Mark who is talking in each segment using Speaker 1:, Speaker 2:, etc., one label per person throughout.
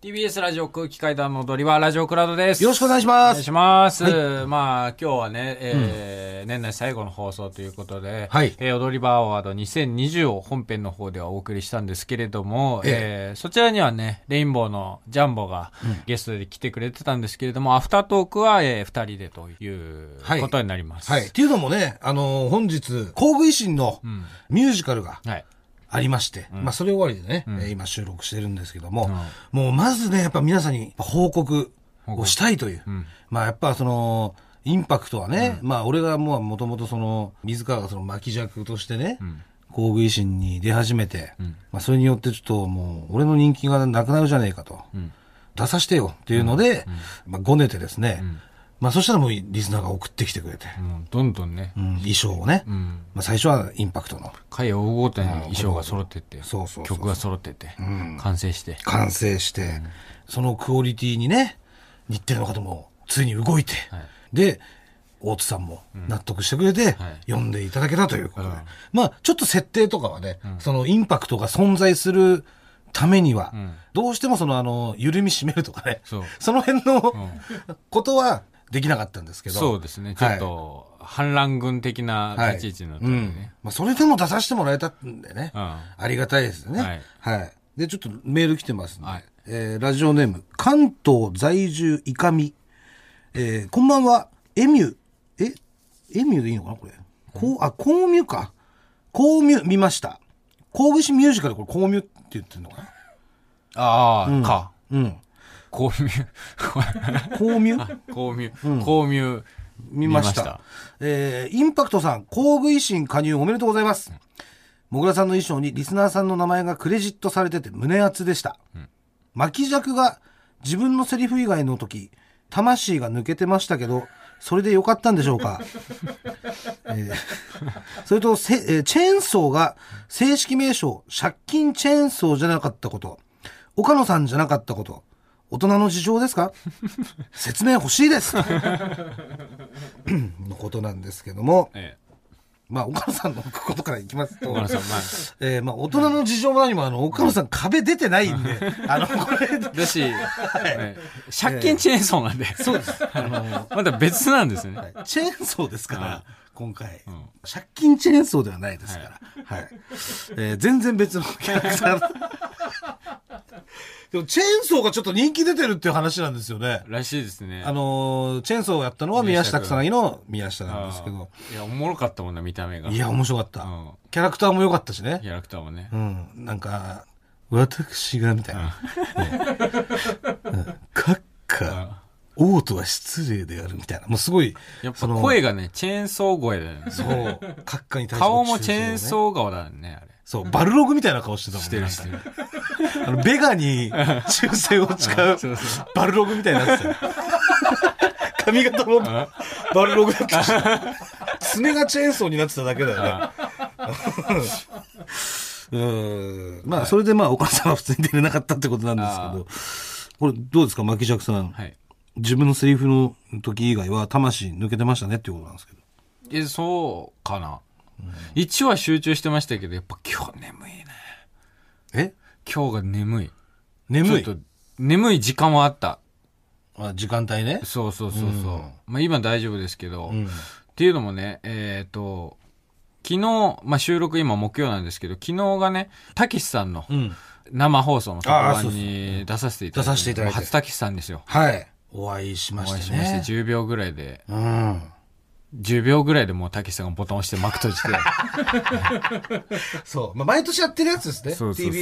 Speaker 1: TBS ラジオ空気階段の踊りはラジオクラウドです。
Speaker 2: よろしくお願いし
Speaker 1: お
Speaker 2: ま
Speaker 1: 願い
Speaker 2: す
Speaker 1: し。ます。まあ、今日はね、えー年内最後の放送ということで、
Speaker 2: はい
Speaker 1: えー踊り場アワード2020を本編の方ではお送りしたんですけれども、えーそちらにはね、レインボーのジャンボがゲストで来てくれてたんですけれども、アフタートークは、えー、2人でという
Speaker 2: はい
Speaker 1: ことになります。
Speaker 2: はい。っていうのもね、あのー本日、工具維新のミュージカルが
Speaker 1: はい。
Speaker 2: ありまして、まあそれ終わりでね、えー今収録してるんですけども、もうまずね、やっぱ皆さんに報告をしたいという、まあやっぱその、インパクトはね、まあ俺がもうもともとその、自らがその巻き尺としてね、工具維新に出始めて、まあそれによってちょっともう、俺の人気がなくなるじゃねえかと、出させてよっていうので、まあごねてですね、まあそしたらもうリスナーが送ってきてくれて、
Speaker 1: もうどんどんね、
Speaker 2: うん衣装をね、
Speaker 1: ん
Speaker 2: まあ最初はインパクトの
Speaker 1: 回大ごとに衣装が揃ってって、
Speaker 2: そうそうそう
Speaker 1: 曲が揃ってて、完成して、
Speaker 2: 完成して、そのクオリティにね、日テレの方もついに動いて、
Speaker 1: い
Speaker 2: で、大津さんも納得してくれて、
Speaker 1: はい
Speaker 2: 読んでいただけたということで、まあちょっと設定とかはね、そのインパクトが存在するためには、どうしてもそのあの、緩み締めるとかね、
Speaker 1: そう
Speaker 2: の辺の、ことはできなかったんですけど、
Speaker 1: そうですね、ちょっと、反乱軍的な
Speaker 2: はい、
Speaker 1: 立ち位置になったんで
Speaker 2: うん
Speaker 1: ね。
Speaker 2: まあ、それでも出させてもらえたんでね、
Speaker 1: うん
Speaker 2: ありがたいですね。
Speaker 1: はい
Speaker 2: はい。で、ちょっとメール来てますんで、
Speaker 1: はい
Speaker 2: えーラジオネーム、関東在住いかみ、えーこんばんは、エミュ、え、エミュでいいのかなこれ。こう、あ、コウミュか。コウミュ見ました。神戸市ミュージカル、これコウミュって言ってるのかな
Speaker 1: ああ、か。
Speaker 2: うん。
Speaker 1: 購 入。
Speaker 2: コウミュ
Speaker 1: 購入。購入。
Speaker 2: 見ました。
Speaker 1: 見ました
Speaker 2: えーインパクトさん、工具維新加入おめでとうございます。もぐらさんの衣装にリスナーさんの名前がクレジットされてて胸熱でした。巻き尺が自分のセリフ以外の時、魂が抜けてましたけど、それでよかったんでしょう か、えーそれとせ、えーチェーンソーが正式名称、借金チェーンソーじゃなかったこと、岡野さんじゃなかったこと、大人の事情です か説明欲しいです のことなんですけども、
Speaker 1: え
Speaker 2: まあ、岡野さんのことからいきますと
Speaker 1: え。、岡野さん、ま
Speaker 2: えーまあ、大人の事情も何も、あの、岡野さん壁出てないんで、あの、これ、
Speaker 1: あ。だし、ええ借金チェーンソーなんで。
Speaker 2: そうです。あの、
Speaker 1: まだ別なんですね。
Speaker 2: チェーンソーですから、今回、
Speaker 1: ん
Speaker 2: 借金チェーンソーではないですから、はい。えー全然別のキャラクター。でも、チェーンソーがちょっと人気出てるっていう話なんですよね。
Speaker 1: らしいですね。
Speaker 2: あのーチェーンソーをやったのは宮下草薙の宮下なんですけど、
Speaker 1: ああいや、おもろかったもんな、見た目が。
Speaker 2: いや、面白かった
Speaker 1: うん。
Speaker 2: キャラクターも良かったしね。
Speaker 1: キャラクターもね
Speaker 2: う。ん、なんか、私がみたいな。閣下、王とは失礼であるみたいな。もうすごい、
Speaker 1: やっぱ
Speaker 2: その
Speaker 1: 声がね、チェーンソー声だよね。
Speaker 2: そう、閣下に対しての忠誠を
Speaker 1: 顔
Speaker 2: ね、
Speaker 1: もチェーンソー顔だね、あれ。
Speaker 2: そう、バルログみたいな顔してたもん
Speaker 1: してるして
Speaker 2: なんか
Speaker 1: る。
Speaker 2: あのベガに忠誠を誓う、
Speaker 1: そうそ
Speaker 2: バルログみたいになってた よ。髪型もバルログだったし、爪がチェーンソーになってただけだよね。うんまあ、それでまあ、お母さんは普通に出れなかったってことなんですけど、これどうですか、牧尺さん。
Speaker 1: はい。
Speaker 2: 自分のセリフの時以外は魂抜けてましたねっていうことなんですけど。
Speaker 1: え、そうかな。一話集中してましたけど、やっぱ今日眠いね。
Speaker 2: え
Speaker 1: 今日が眠い。
Speaker 2: 眠
Speaker 1: ちょっ
Speaker 2: い
Speaker 1: と、眠い時間はあった。
Speaker 2: あ時間帯ね。
Speaker 1: そうそうそうそう。まあ今大丈夫ですけど、
Speaker 2: うん
Speaker 1: っていうのもね、えっ、と、昨日、まあ収録今木曜なんですけど、昨日がね、たけしさんの
Speaker 2: うん。
Speaker 1: 生放送の特
Speaker 2: あー
Speaker 1: 番
Speaker 2: そうそう
Speaker 1: に出させていただいて、
Speaker 2: 出させていただいて
Speaker 1: もう初たけしさんですよ。
Speaker 2: はい。お会いしま
Speaker 1: お会い
Speaker 2: し
Speaker 1: した
Speaker 2: ね。
Speaker 1: まして、10秒ぐらいで、
Speaker 2: うん。
Speaker 1: 10秒ぐらいでもうたけしさんがボタン押して幕 閉じて、
Speaker 2: そう。まあ、毎年やってるやつですね。
Speaker 1: そうそうそう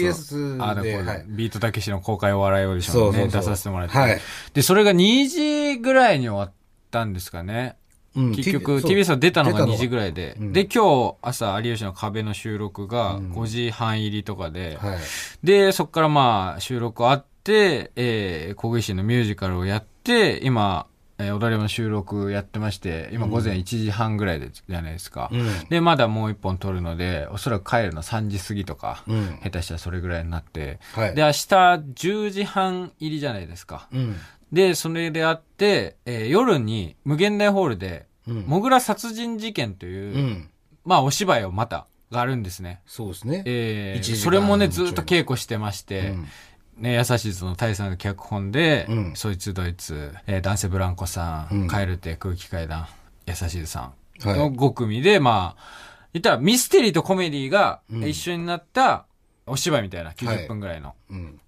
Speaker 2: TBS
Speaker 1: あだ
Speaker 2: で。
Speaker 1: からこう
Speaker 2: はい
Speaker 1: ビートたけしの公開お笑いオーディション
Speaker 2: そう
Speaker 1: ね、
Speaker 2: そうそう
Speaker 1: 出させてもらって、
Speaker 2: はい
Speaker 1: で、それが2時ぐらいに終わったんですかね。
Speaker 2: うん
Speaker 1: 結局、
Speaker 2: そう
Speaker 1: TBS は出たのが2時ぐ
Speaker 2: い。
Speaker 1: らいで、で、今日朝、有吉の壁の収録が5時半入りとかで、
Speaker 2: はい。
Speaker 1: で、そこからまあ、収録あって、えー、小石のミュージカルをやって、今、えー、踊り場の収録やってまして、今午前1時半ぐらいでじゃないですか。
Speaker 2: うん
Speaker 1: で、まだもう1本撮るので、おそらく帰るの3時過ぎとか、
Speaker 2: うん
Speaker 1: 下手したらそれぐらいになって、
Speaker 2: はい
Speaker 1: で、明日10時半入りじゃないですか。
Speaker 2: うん。
Speaker 1: で、それであって、えー夜に無限大ホールで、
Speaker 2: うん
Speaker 1: もぐら殺人事件という、
Speaker 2: うん。
Speaker 1: まあお芝居をまた、があるんですね。
Speaker 2: そうですね。
Speaker 1: えー
Speaker 2: 一時間
Speaker 1: それもね、ずっ
Speaker 2: ちょ
Speaker 1: と
Speaker 2: い
Speaker 1: 稽古してまして、
Speaker 2: うん
Speaker 1: ね、優しいその大佐の脚本で、
Speaker 2: うん
Speaker 1: そいつドイツ、えー男性ブランコさん、カエルテ空気階段、優しいさん
Speaker 2: はい
Speaker 1: の5組で、まあ、言ったらミステリーとコメディが一緒になったお芝居みたいな、
Speaker 2: はい
Speaker 1: 90分ぐらいの。
Speaker 2: うん。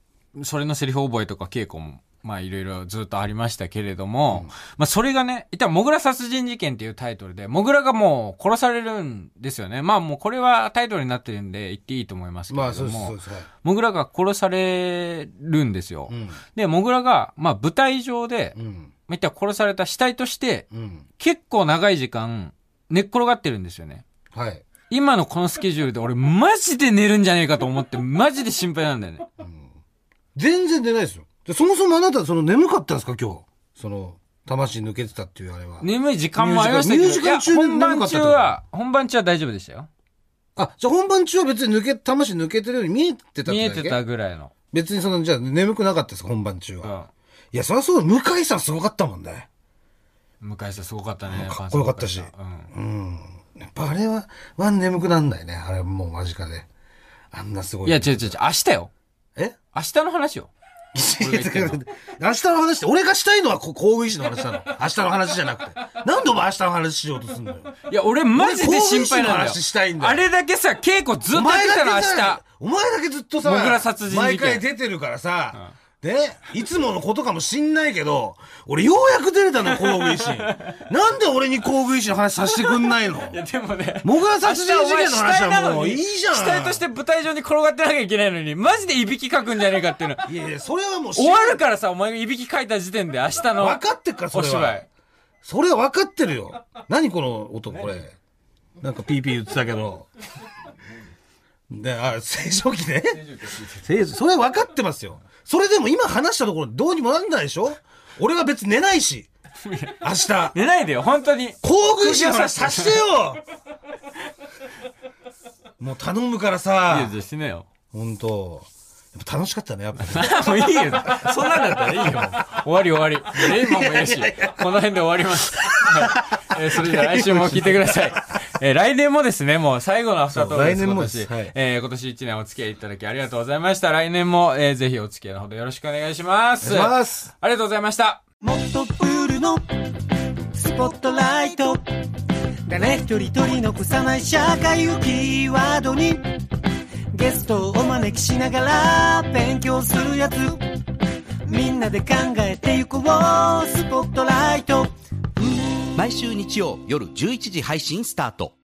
Speaker 1: それのセリフ覚えとか稽古も、まあいろいろずっとありましたけれども、まあそれがね、いったらモグラ殺人事件っていうタイトルで、モグラがもう殺されるんですよね。まあもうこれはタイトルになってるんで言っていいと思いますけれども、
Speaker 2: まあ、そうです、そうです。はい
Speaker 1: モグラが殺されるんですよ。
Speaker 2: うん。
Speaker 1: で、モグラが、まあ舞台上で、
Speaker 2: うん。
Speaker 1: まあいったら殺された死体として、
Speaker 2: うん。
Speaker 1: 結構長い時間寝っ転がってるんですよね。
Speaker 2: はい。
Speaker 1: 今のこのスケジュールで俺マジで寝るんじゃねえかと思って、マジで心配なんだよ ね。
Speaker 2: 全然出ないですよ。でそもそもあなた、その眠かったんですか、今日。その、魂抜けてたっていうあれは。
Speaker 1: 眠い時間もありましたけど、
Speaker 2: ミュージカルミュージ
Speaker 1: いや
Speaker 2: カル中で
Speaker 1: 本番
Speaker 2: 眠か
Speaker 1: 中
Speaker 2: ったってこと
Speaker 1: は、本番中は大丈夫でしたよ。
Speaker 2: あ、じゃあ本番中は別に抜け、魂抜けてるように見えてたっ
Speaker 1: 見
Speaker 2: て
Speaker 1: え
Speaker 2: だけ
Speaker 1: てたぐらいの。
Speaker 2: 別にその、じゃあ眠くなかったです、本番中
Speaker 1: う
Speaker 2: は。
Speaker 1: ん
Speaker 2: いや、そりゃそう、向井さんすごかったもんね。
Speaker 1: 向井さんすごかったね。
Speaker 2: かっこよかったし
Speaker 1: パンサー向井さんうん
Speaker 2: うん。やっぱあれは、は眠くなんないね。あれはもう間近で。あんなすごい。
Speaker 1: いや、違う違う違う、明日よ。
Speaker 2: え
Speaker 1: 明日の話よ。
Speaker 2: いやだから明日の話って、俺がしたいのはこ公務員士の話なの。明日の話じゃなくて。なんでお前明日の話しようとすんのよ。
Speaker 1: いや、俺マジで心配なんだ
Speaker 2: 俺興奮して
Speaker 1: よ。
Speaker 2: る話したいんだよ
Speaker 1: あれだけさ、稽古ずっ
Speaker 2: お
Speaker 1: とやっ
Speaker 2: 前
Speaker 1: て
Speaker 2: だけ
Speaker 1: たの、明
Speaker 2: さ
Speaker 1: 日。、
Speaker 2: お前だけずっとさ、
Speaker 1: モグラ殺人事件
Speaker 2: 毎回出てるからさ、で、いつものことかもしんないけど、俺ようやく出れたの、公務員士。なんで俺に公務員士の話させてくんないの
Speaker 1: いや、でもね。
Speaker 2: モグラ殺人事件の話
Speaker 1: 明日お前死体な
Speaker 2: は
Speaker 1: の
Speaker 2: もう
Speaker 1: に
Speaker 2: いいじゃん。
Speaker 1: 死体として舞台上に転がってなきゃいけないのに、マジでいびきかくんじゃねえかっていうの。
Speaker 2: いやいや、それはもう知
Speaker 1: 終
Speaker 2: らん
Speaker 1: わるからさ、お前がいびきかいた時点で明日の。
Speaker 2: 分かってっから、そ
Speaker 1: お
Speaker 2: れ
Speaker 1: 芝
Speaker 2: は
Speaker 1: 居。。
Speaker 2: それは分かって るよ。何この音、これ。なんかピーピー言ってたけど。で、あ、正常期ね。正常それは分かってますよ。それでも今話したところどうにもなんないでしょ俺は別に寝ないし。明日。
Speaker 1: 寝ないでよ、本当に。
Speaker 2: 工具師の話さして よもう頼むから
Speaker 1: いや、
Speaker 2: さ
Speaker 1: じ。ゃあ死ねよ。
Speaker 2: 本当やっぱ楽しかったね、やっぱね。
Speaker 1: もういいよ。そんなんだったらいいよ。終わり終わり。レイモンもいるし、この辺で終わります。 はいえーそれじゃあ来週も聞いてくださ い。えー来年もですね、もう最後のアフタートークです。
Speaker 2: そう来年も
Speaker 1: 今
Speaker 2: で
Speaker 1: 年
Speaker 2: すはい
Speaker 1: えー今年1年お付き合いいただきありがとうございました。来年も、えーぜひお付き合いのほどよろしくお願いします。
Speaker 2: お願いします
Speaker 1: ありがとうございました。
Speaker 3: もっとプールのスポットライト誰一人取り残さない社会をキーワードにゲストをお招きしながら勉強するやつみんなで考えてゆこうスポットライト
Speaker 4: 毎週日曜夜11時配信スタート